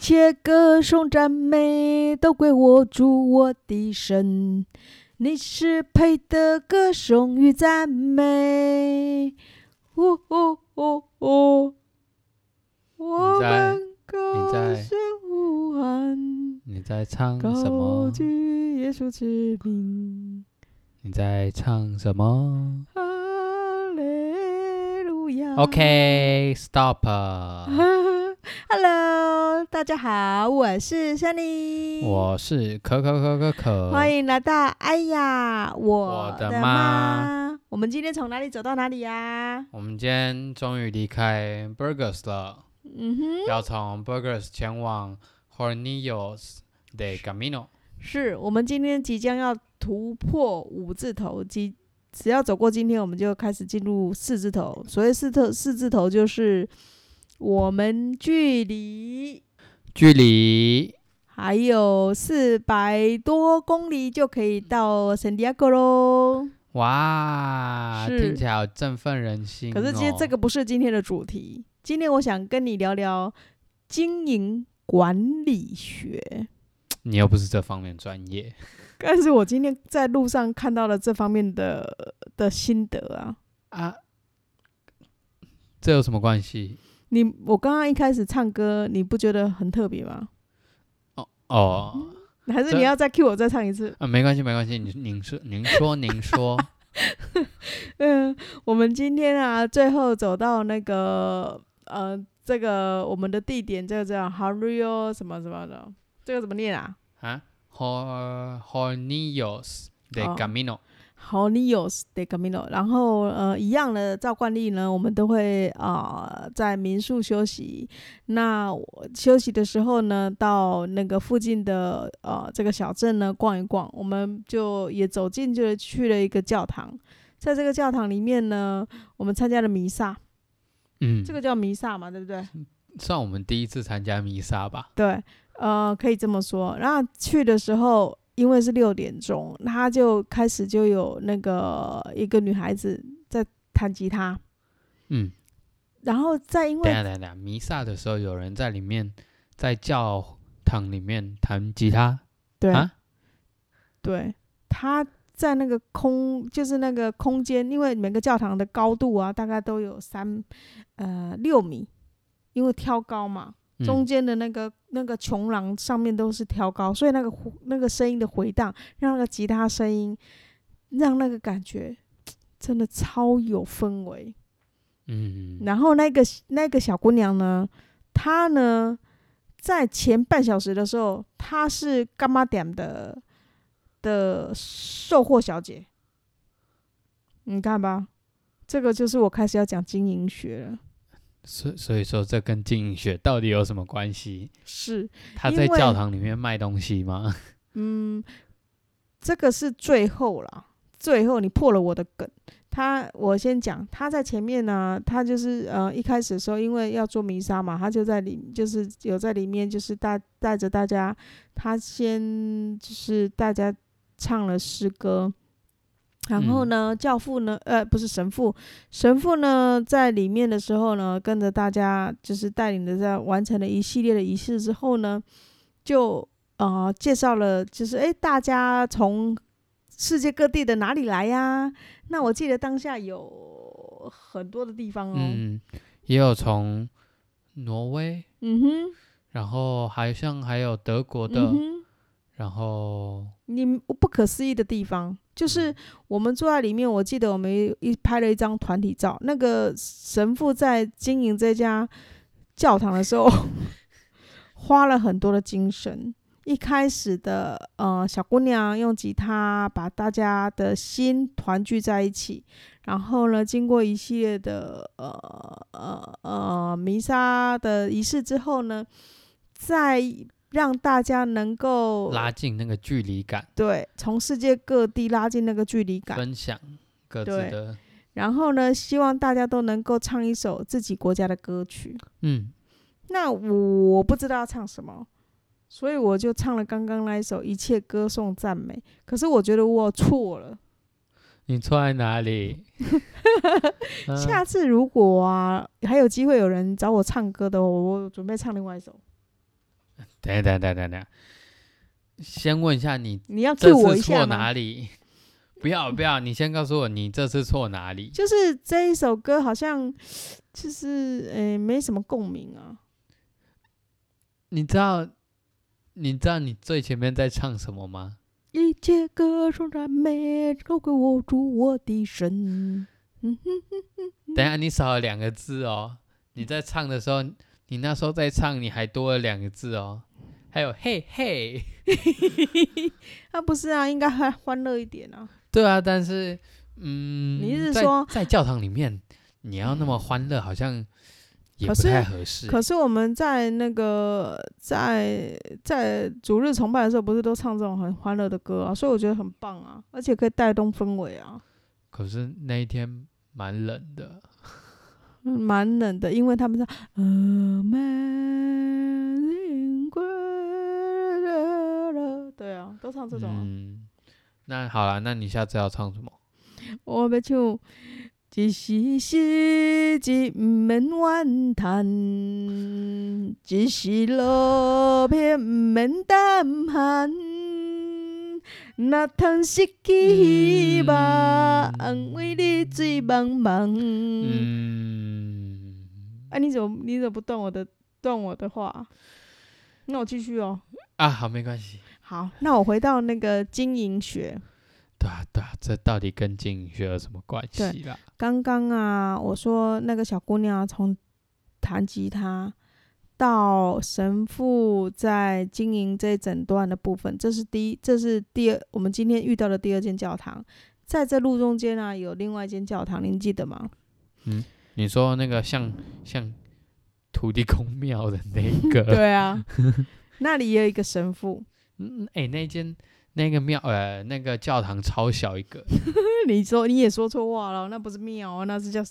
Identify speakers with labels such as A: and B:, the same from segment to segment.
A: 切歌颂赞美都归我主我的神，你是配得歌颂与赞美。哦哦哦哦，我
B: 在
A: 们高
B: 在
A: 声呼喊，
B: 你在唱什
A: 高
B: 么？
A: 举耶稣之名，
B: 你在唱什么
A: 哈利路亚。
B: ？OK，stop。
A: Hello，大家好，我是 Sunny，
B: 我是可可可可可，
A: 欢迎来到哎呀我
B: 呃我的
A: 妈。
B: 妈
A: 我们今天从哪里走到哪里呀、
B: 我们今天终于离开 Burgers 了，
A: 嗯哼，
B: 要从 Burgers 前往 Hornillos de Camino。
A: 是我们今天即将要突破五字头，即只要走过今天，我们就开始进入四字头。所谓四头四字头，就是我们距离
B: 距离
A: 还有四百多公里就可以到圣地亚哥喽。
B: 哇，
A: 是
B: 听起来好振奋人心、哦。
A: 可是其实这个不是今天的主题，今天我想跟你聊聊经营管理学。
B: 你又不是这方面专业，
A: 但是我今天在路上看到了这方面的的心得啊。
B: 啊，这有什么关系？
A: 你我刚刚一开始唱歌，你不觉得很特别吗？
B: 哦，
A: 还是
B: 这
A: 你要再 cue 我再唱一次？
B: 啊，没关系，没关系，您您说，您说，您说，
A: 嗯，我们今天啊，最后走到那个呃，这个我们的地点就叫 Hario 什么什么的，这个怎么念啊
B: 啊，Hor Hornillos de
A: 哦
B: Camino，、
A: 好，你有 de camino，然后呃，一样的，照惯例呢，我们都会啊、呃在民宿休息。那我休息的时候呢，到那个附近的呃这个小镇呢逛一逛，我们就也走进就去了一个教堂。在这个教堂里面呢，我们参加了弥撒，
B: 嗯，
A: 这个叫弥撒嘛，对不对？
B: 算我们第一次参加弥撒吧。
A: 对，呃，可以这么说。那去的时候，因为是六点钟，他就开始就有那个一个女孩子在弹吉他，
B: 嗯，
A: 然后再因
B: 等一
A: 为
B: 下等一下，弥撒的时候有人在里面，在教堂里面弹吉他
A: 对、
B: 啊？
A: 对，他在那个空就是那个空间，因为每个教堂的高度啊，大概都有三呃六米，因为挑高嘛，
B: 嗯
A: 中间的那个那个穹廊上面都是挑高，所以那个呼那个声音的回荡，让那个吉他声音，让那个感觉真的超有氛围。
B: 嗯，
A: 然后那个那个小姑娘呢，她呢在前半小时的时候，她是干妈点的的售货小姐，你看吧，这个就是我开始要讲经营学了。
B: 所所以说这跟经营学到底有什么关系？
A: 是，
B: 他
A: 因
B: 在
A: 为
B: 教堂里面卖东西吗？
A: 嗯，这个是最后啦，最后你破了我的梗。他，我先讲，他在前面呢、他就是呃一开始的时候，因为要做弥撒嘛，他就在里，就是有在里面，就是带带着大家，他先就是大家唱了诗歌，然后
B: 嗯
A: 呢，教父呢，呃，不是神父，神父呢在里面的时候呢，跟着大家就是带领着在完成了一系列的仪式之后呢，就呃介绍了，就是诶，大家从世界各地的哪里来呀？那我记得当下有很多的地方哦，嗯
B: 嗯，也有从挪威，
A: 嗯哼，
B: 然后好像还有德国的，
A: 嗯哼，
B: 然后
A: 你不可思议的地方就是我们坐在里面，我记得我们一一拍了一张团体照，那个神父在经营这家教堂的时候， 花了很多的精神。一开始的呃小姑娘用吉他把大家的心团聚在一起，然后呢，经过一系列的呃呃呃弥撒的仪式之后呢，再让大家能够
B: 拉近那个距离感，
A: 对从世界各地拉近那个距离感，
B: 分享各自
A: 对
B: 的，
A: 然后呢，希望大家都能够唱一首自己国家的歌曲。
B: 嗯，
A: 那我不知道要唱什么，所以我就唱了刚刚那一首《一切歌颂赞美》。可是我觉得我错了。
B: 你错在哪里？嗯
A: 下次如果啊还有机会有人找我唱歌的，我我准备唱另外一首。
B: 等一下等一下等一下等一下，先问一下你
A: 你要 Q
B: 这
A: 我
B: 次
A: 一
B: 错
A: 下吗？
B: 哪里？不要不要，你先告诉我你这次错哪里？
A: 就是这一首歌好像就是诶、没什么共鸣啊。
B: 你知道你知道你最前面在唱什么吗？
A: 一切歌颂赞美，都给我主我的神。嗯哼，
B: 等一下你少了两个字哦。你在唱的时候，你那时候在唱，你还多了两个字哦。还有嘿嘿，
A: 啊不是啊，应该还欢乐一点啊。
B: 对啊，但是嗯，
A: 你是
B: 在
A: 说
B: 在教堂里面你要那么欢乐，好像也
A: 可
B: 不
A: 是
B: 太合适。
A: 可是我们在那个在在主日崇拜的时候，不是都唱这种很欢乐的歌啊，所以我觉得很棒啊，而且可以带动氛围啊。
B: 可是那一天蛮冷的，
A: 哦嗯蛮冷的，因为他们说呃嗯 Amazing Grace，对啊，都唱这种、啊。
B: 嗯，那好了，那你下次要唱什么？
A: 我要唱一时失志，毋免怨叹；一时落魄，毋免胆寒。若通失去希望，
B: 嗯
A: 为你醉茫茫。
B: 嗯，
A: 啊，你怎么你怎么不断我的断我的话？那我继续哦。
B: 啊，好，没关系。
A: 好，那我回到那个经营学。
B: 对啊，对啊，这到底跟经营学有什么关
A: 对
B: 系啦？
A: 刚刚啊，我说那个小姑娘啊从弹吉他到神父在经营这一整段的部分，这是第一，这是第二，我们今天遇到的第二间教堂。在这路中间啊，有另外一间教堂，您记得吗？
B: 你说那个像像土地公庙的那一个，
A: 对啊， 那里也有一个神父。
B: 嗯，哎、那间那个庙呃那个教堂超小一个
A: 你说你也说错话了，那不是庙啊，那是叫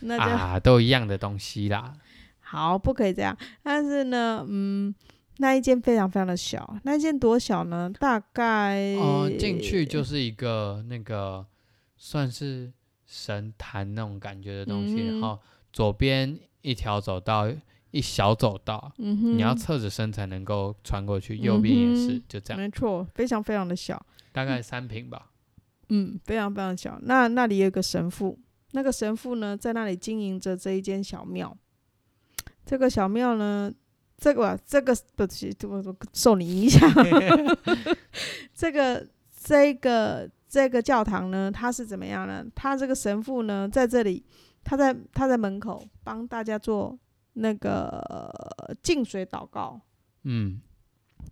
A: 那叫、
B: 啊，都一样的东西啦。
A: 好，不可以这样。但是呢，嗯，那一间非常非常的小，那一间多小呢？大概
B: 哦、进去就是一个那个算是神坛那种感觉的东西，
A: 嗯
B: 然后左边一条走道，一小走道，
A: 嗯哼，
B: 你要侧着身才能够穿过去，右边也是，
A: 嗯哼
B: 就这样，
A: 没错，非常非常的小，
B: 大概三平吧。
A: 嗯，非常非常小。那那里有一个神父，那个神父呢，在那里经营着这一间小庙。这个小庙呢，这个、啊、这个不起，我我受你影 响。这个这个这个教堂呢，它是怎么样呢？它这个神父呢，在这里，他在他在门口帮大家做那个呃净水祷告，
B: 嗯，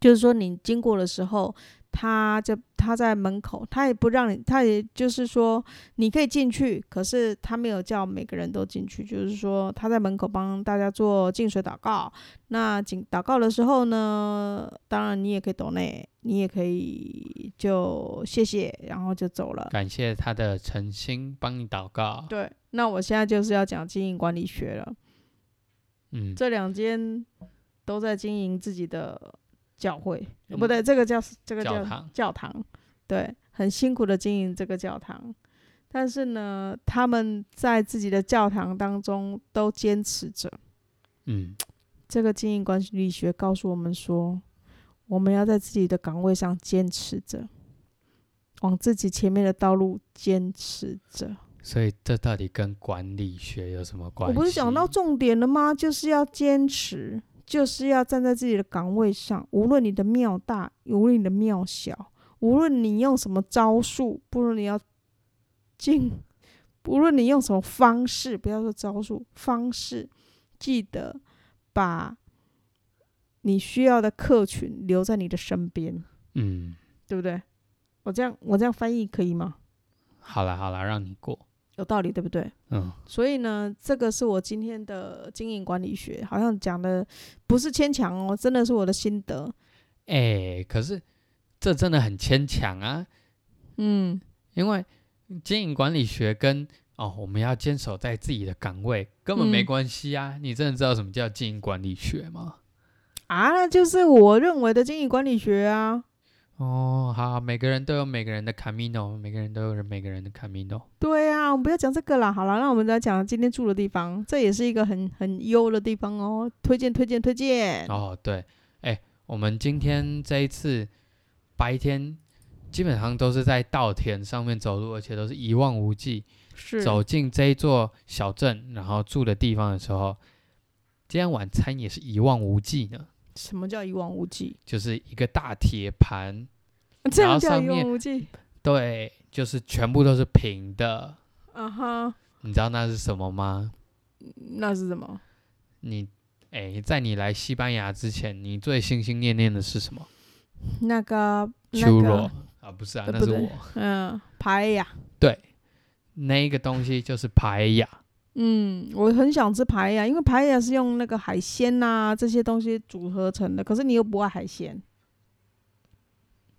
A: 就是说你经过的时候，他就他在门口，他也不让你，他也就是说你可以进去，可是他没有叫每个人都进去，就是说他在门口帮大家做净水祷告。那进祷告的时候呢，当然你也可以抖内，你也可以就谢谢，然后就走了。
B: 感谢他的诚心帮你祷告。
A: 对，那我现在就是要讲经营管理学了。
B: 嗯，
A: 这两间都在经营自己的教会，呃
B: 嗯
A: 不对，这个叫这个
B: 教
A: 叫
B: 堂
A: 教堂，对，很辛苦的经营这个教堂。但是呢，他们在自己的教堂当中都坚持着
B: 嗯，
A: 这个经营管理学，告诉我们说，我们要在自己的岗位上坚持着，往自己前面的道路坚持着。
B: 所以这到底跟管理学有什么关
A: 我
B: 系？
A: 不是讲到重点了吗？就是要坚持，就是要站在自己的岗位上，无论你的庙大，无论你的庙小，无论你用什么招数，不论你要进，无论你用什么方式，不要说招数，方式，记得把你需要的客群留在你的身边，
B: 嗯，
A: 对不对？我这样我这样翻译可以吗？
B: 好啦好啦，让你过。
A: 有道理，对不对？
B: 嗯，
A: 所以呢，这个是我今天的经营管理学，好像讲的不是牵强哦，真的是我的心得。
B: 哎、可是这真的很牵强啊，
A: 嗯，
B: 因为经营管理学跟哦，我们要坚守在自己的岗位，根本没
A: 嗯
B: 关系啊。你真的知道什么叫经营管理学吗？
A: 啊，那就是我认为的经营管理学啊。
B: 哦，好，每个人都有每个人的 camino，每个人都有每个人的 camino。
A: 对啊，我们不要讲这个啦。好了，那我们来讲今天住的地方，这也是一个很很优的地方哦，推荐推荐推荐。
B: 哦，对，哎、我们今天这一次白天基本上都是在稻田上面走路，而且都是一望无际。
A: 是
B: 走进这一座小镇，然后住的地方的时候，今天晚餐也是一望无际呢，
A: 什么叫一望无际？
B: 就是一个大铁盘，
A: 这
B: 然
A: 样
B: 后
A: 叫
B: 上
A: 一
B: 面
A: 望无际？
B: 对，就是全部都是平的。
A: 啊哈，
B: 你知道那是什么吗？
A: 那是什么？
B: 你哎，在你来西班牙之前，你最心心念念的是什么？
A: 那个
B: 秋
A: 那
B: 罗
A: 个，
B: 啊，不是啊，
A: 呃
B: 那
A: 不
B: 是
A: 对
B: 我。
A: 嗯，排呀，
B: 对，那一个东西就是排呀，
A: 嗯，我很想吃排呀，因为排呀是用那个海鲜呐、这些东西组合成的，可是你又不爱海鲜，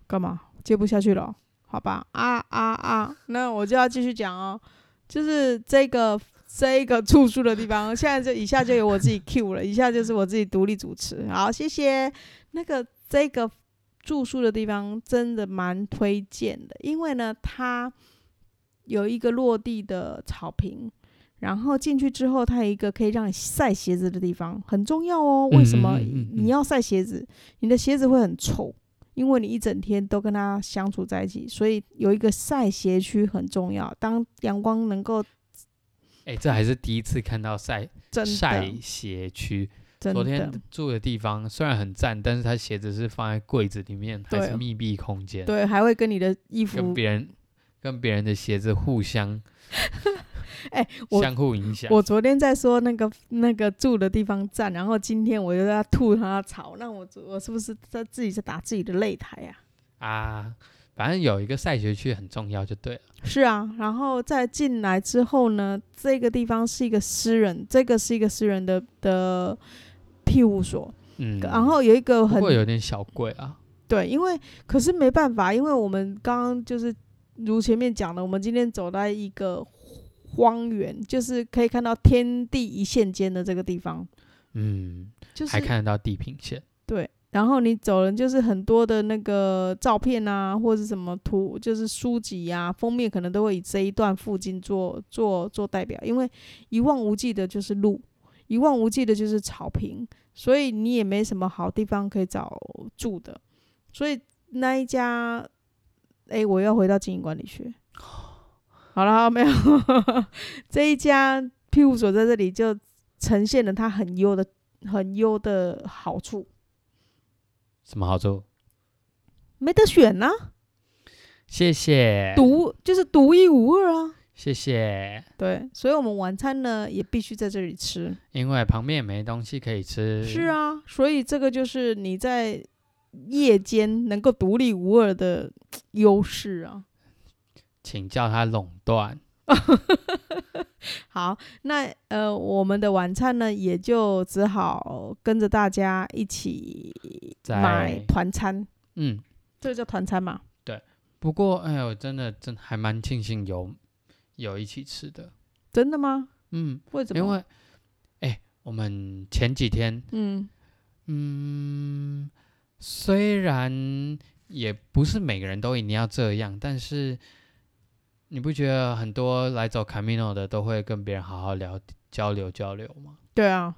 A: 干嘛接不下去了哦？好吧，啊啊啊，那我就要继续讲哦，就是这个这一个住宿的地方，现在就以下就由我自己 Q 了，以下就是我自己独立主持。好，谢谢。那个这个住宿的地方真的蛮推荐的，因为呢，它有一个落地的草坪，然后进去之后，它有一个可以让你晒鞋子的地方，很重要哦。为什么
B: 嗯嗯嗯嗯嗯
A: 你要晒鞋子？你的鞋子会很臭，因为你一整天都跟它相处在一起，所以有一个晒鞋区很重要。当阳光能够
B: 哎，这还是第一次看到晒
A: 真的
B: 晒鞋区。
A: 真
B: 昨
A: 的
B: 天住的地方虽然很赞，但是他鞋子是放在柜子里面，还
A: 对
B: 是密闭空间，
A: 对，嗯还会跟你的衣
B: 跟
A: 服，
B: 别人跟别人的鞋子互相
A: 哎我
B: 相互影响。
A: 我昨天在说那个那个住的地方站，然后今天我又在吐他槽，那我我是不是在自己在打自己的擂台啊？
B: 啊，反正有一个晒学区很重要就对了。
A: 是啊，然后再进来之后呢，这个地方是一个私人，这个是一个私人的的庇护所，
B: 嗯，
A: 然后有一个
B: 不
A: 很
B: 过有点小贵啊。
A: 对，因为可是没办法，因为我们刚刚就是如前面讲的，我们今天走到一个荒原，就是可以看到天地一线间的这个地方，
B: 嗯，
A: 就是
B: 还看得到地平线。
A: 对，然后你走了就是很多的那个照片啊，或者是什么图，就是书籍啊，封面可能都会以这一段附近做做做代表，因为一望无际的就是路，一望无际的就是草坪，所以你也没什么好地方可以找住的，所以那一家，哎，我要回到经营管理学。好了，好没有 这一家庇护所在这里就呈现了它很优的、很优的好处，
B: 什么好处？
A: 没得选呐、
B: 谢谢，
A: 独就是独一无二啊。
B: 谢谢。
A: 对，所以我们晚餐呢也必须在这里吃。
B: 因为旁边也没东西可以吃。
A: 是，啊，所以这个就是你在夜间能够独立无二的优势啊。
B: 请叫他垄断。
A: 好，那呃，我们的晚餐呢也就只好跟着大家一起
B: 在
A: 买团餐，
B: 嗯，
A: 这个叫团餐嘛？
B: 不过哎呦，真的真还蛮庆幸有有一起吃的。
A: 真的吗？
B: 嗯，
A: 为什么？
B: 因为哎，我们前几天
A: 嗯，
B: 嗯，虽然也不是每个人都一定要这样，但是你不觉得很多来走 Camino 的都会跟别人好好聊交流交流吗？
A: 对啊，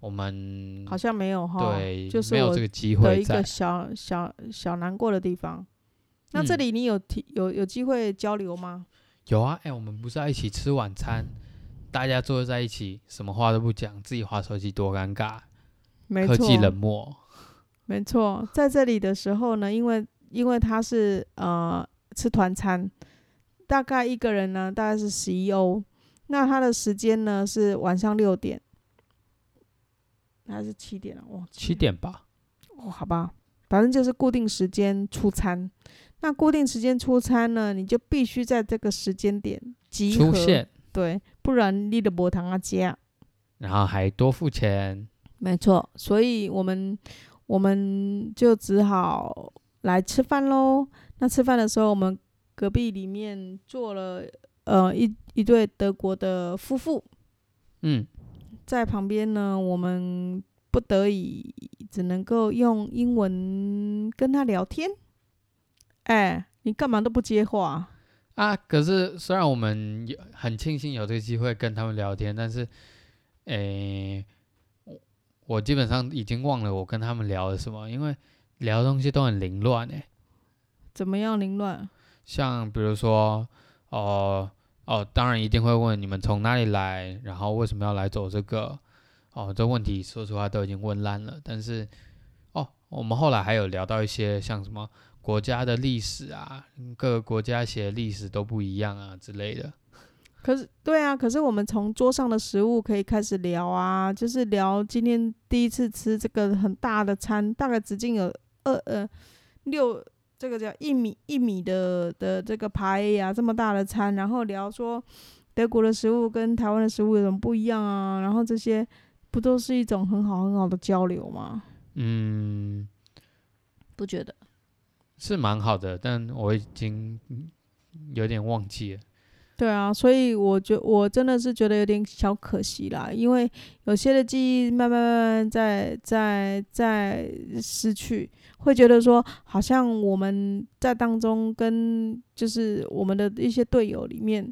B: 我们
A: 好像没有哈。
B: 对、
A: 就是
B: 没有
A: 我
B: 这个机
A: 的
B: 会
A: 一
B: 在
A: 个。小小小难过的地方。那这
B: 嗯
A: 里你有提有有机会交流吗？
B: 有啊，哎、我们不是要一起吃晚餐，大家坐在一起，什么话都不讲，自己划手机多尴尬，
A: 没
B: 科
A: 错，
B: 技冷漠。
A: 没错，在这里的时候呢，因为因为他是呃吃团餐，大概一个人呢大概是十一欧，那他的时间呢是晚上六点还是七点啊？哇，
B: 七点吧，
A: 哦，好吧，反正就是固定时间出餐。那固定时间出餐呢，你就必须在这个时间点集合，
B: 出现，
A: 对，不然你的无糖啊加。
B: 然后还多付钱。
A: 没错，所以我们我们就只好来吃饭喽。那吃饭的时候，我们隔壁里面坐了呃一一对德国的夫妇，
B: 嗯，
A: 在旁边呢，我们不得已只能够用英文跟他聊天。哎，你干嘛都不接话？
B: 啊，可是虽然我们有很庆幸有这个机会跟他们聊天，但是，诶、我我基本上已经忘了我跟他们聊了什么，因为聊的东西都很凌乱诶、欸
A: 怎么样凌乱？
B: 像比如说，哦、哦，当然一定会问你们从哪里来，然后为什么要来走这个，哦，这问题说实话都已经问烂了。但是，哦，我们后来还有聊到一些像什么国家的历史啊，各个国家写的历史都不一样啊之类的。
A: 可是，对啊，可是我们从桌上的食物可以开始聊啊，就是聊今天第一次吃这个很大的餐，大概直径有二呃六，这个叫一米一米的的这个排呀、这么大的餐，然后聊说德国的食物跟台湾的食物有什么不一样啊，然后这些不都是一种很好很好的交流吗？
B: 嗯，
A: 不觉得？
B: 是蛮好的，但我已经嗯有点忘记了。
A: 对啊，所以我觉我真的是觉得有点小可惜啦，因为有些的记忆慢慢慢慢在在在失去，会觉得说好像我们在当中跟就是我们的一些队友里面，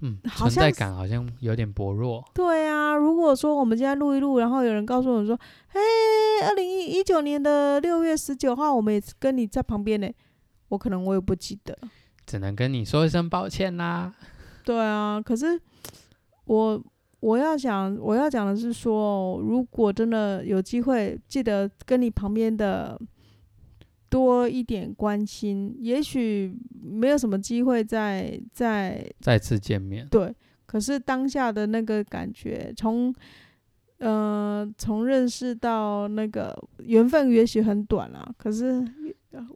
B: 嗯，
A: 好
B: 存
A: 像
B: 在
A: 是
B: 感好像有点薄弱。
A: 对啊，如果说我们今天录一录，然后有人告诉我们说，嘿，二零一一九年的六月十九号，我们也是跟你在旁边呢，我可能我也不记得。
B: 只能跟你说一声抱歉啦。
A: 对啊，可是我我要想我要讲的是说，如果真的有机会，记得跟你旁边的多一点关心，也许没有什么机会再再
B: 再次见面，
A: 对，可是当下的那个感觉，从呃从认识到那个缘分，也许很短啊，可是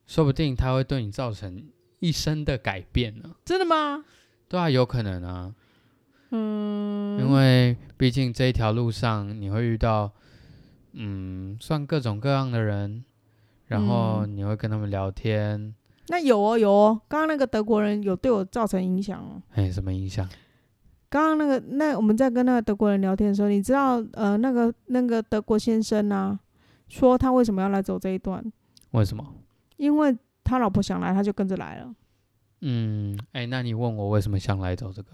B: 说不定他会对你造成一生的改变呢。
A: 真的吗？
B: 对啊，有可能啊，
A: 嗯，
B: 因为毕竟这一条路上你会遇到，嗯，算各种各样的人，然后你会跟他们聊天，
A: 那有哦有哦，刚刚那个德国人有对我造成影响哦。
B: 哎，什么影响？
A: 刚刚那个那我们在跟那个德国人聊天的时候，你知道呃那个那个德国先生呢、说他为什么要来走这一段，
B: 为什么？
A: 因为他老婆想来，他就跟着来了。
B: 嗯，哎，那你问我为什么想来走这个？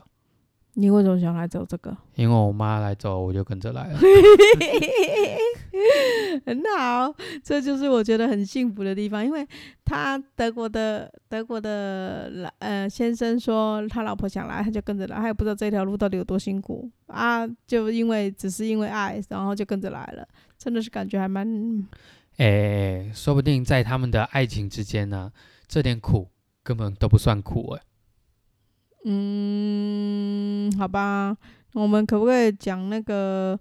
A: 你为什么想来走这 个？
B: 因为我妈来走，我就跟着来 了。
A: 很好，这就是我觉得很幸福的地方，因为他德国的德国的老呃先生说他老婆想来，他就跟着来，他也不知道这条路到底有多辛苦啊，就因为只是因为爱，然后就跟着来了，真的是感觉还蛮
B: 哎，说不定在他们的爱情之间呢、这点苦根本都不算苦哎。
A: 嗯，好吧，我们可不可以讲那个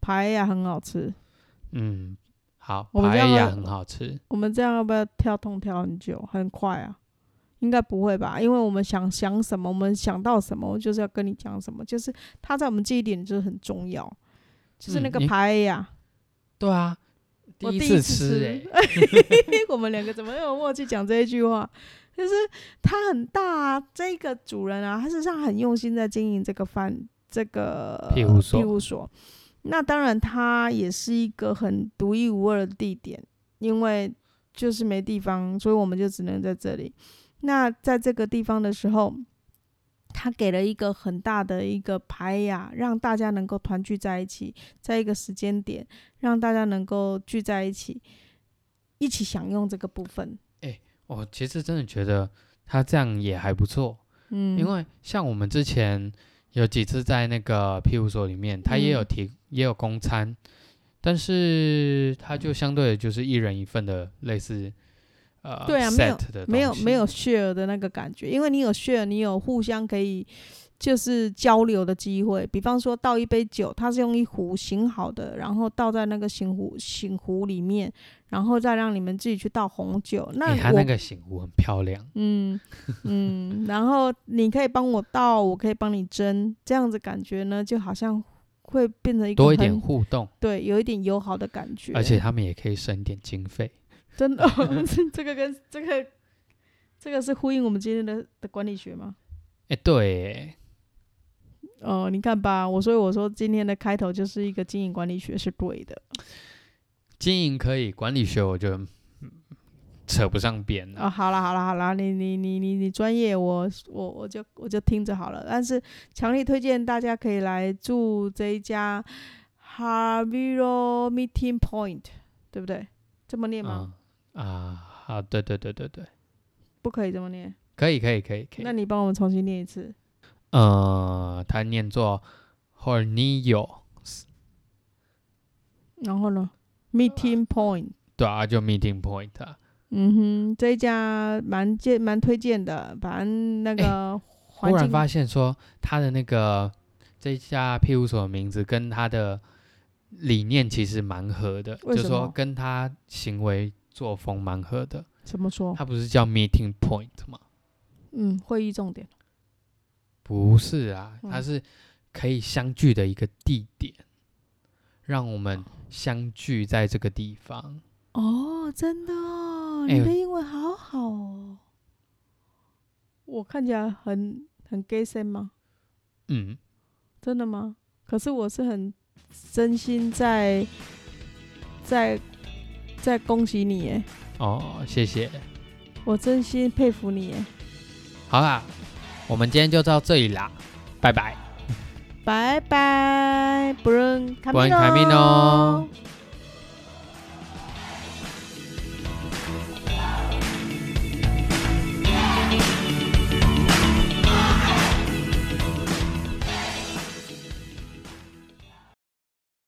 A: 排呀很好吃？
B: 嗯，好，
A: 我们
B: 排
A: 这样
B: 呀
A: 会
B: 很好吃。
A: 我们这样要不要跳动跳很久，很快啊？应该不会吧？因为我们想想什么，我们想到什么，就是要跟你讲什么，就是它在我们记忆点就是很重要，就是那
B: 嗯
A: 个
B: 你
A: 排呀。
B: 对啊，第
A: 我
B: 一
A: 第
B: 次
A: 一次吃
B: 哎、
A: 我们两个怎么有默契讲这一句话？就是他很大啊，这个主人啊，他事实上很用心在经营这个饭这个
B: 庇护所
A: 庇护所。那当然，它也是一个很独一无二的地点，因为就是没地方，所以我们就只能在这里。那在这个地方的时候，他给了一个很大的一个牌呀，让大家能够团聚在一起，在一个时间点，让大家能够聚在一起，一起享用这个部分。
B: 我其实真的觉得他这样也还不错，
A: 嗯，
B: 因为像我们之前有几次在那个庇护所里面，他也有
A: 嗯
B: 提、也有供餐，但是他
A: 嗯
B: 就相对的就是一人一份的类似呃
A: 对啊没有
B: set 的
A: 没有
B: 东西
A: 没有 share 的那个感觉，因为你有 share，你有互相可以就是交流的机会。比方说倒一杯酒，它是用一壶醒好的，然后倒在那个醒壶醒壶里面，然后再让你们自己去倒红酒。那
B: 诶他
A: 我
B: 那个醒悟很漂亮，
A: 嗯嗯，然后你可以帮我倒，我可以帮你蒸，这样子感觉呢，就好像会变成一个
B: 多一点
A: 很
B: 互动，
A: 对，有一点友好的感觉。
B: 而且他们也可以省一点经费。
A: 真的，哦这个跟这个这个是呼应我们今天的的管理学吗？
B: 哎、对，
A: 哦、你看吧，我所以我说今天的开头就是一个经营管理学是对的
B: 经营可以，管理学我就嗯扯不上边了。
A: 啊、好啦好啦好啦，你你你你你专业我，我我就我就听着好了。但是强力推荐大家可以来住这一家 Harviro Meeting Point，对不对？这么念吗？
B: 嗯啊，好，对对对对对，
A: 不可以这么念。
B: 可以可以可以可以。
A: 那你帮我们重新念一次。
B: 呃，它念作 Hornillo，
A: 然后呢？Meeting Point，
B: 对啊，就 Meeting Point 啊。
A: 嗯哼，这一家蛮荐蛮推荐的，反正那个环
B: 忽然
A: 境、
B: 发现说，他的那个这家庇护所的名字跟他的理念其实蛮合的，
A: 为
B: 就是
A: 什
B: 说
A: 么
B: 跟他行为作风蛮合的。
A: 怎么说？
B: 他不是叫 Meeting Point 吗？
A: 嗯，会议重点。
B: 不是啊，它
A: 嗯
B: 是可以相聚的一个地点，让我们相聚在这个地方。
A: 哦，真的哦，
B: 哎
A: 你
B: 呦
A: 的英文好好哦。我看起来很很 gay 森吗？
B: 嗯，
A: 真的吗？可是我是很真心在在在恭喜你耶，
B: 哦，谢谢。
A: 我真心佩服你耶，
B: 好啦，我们今天就到这里啦，拜拜。
A: 拜拜，不论卡米
B: Buen camino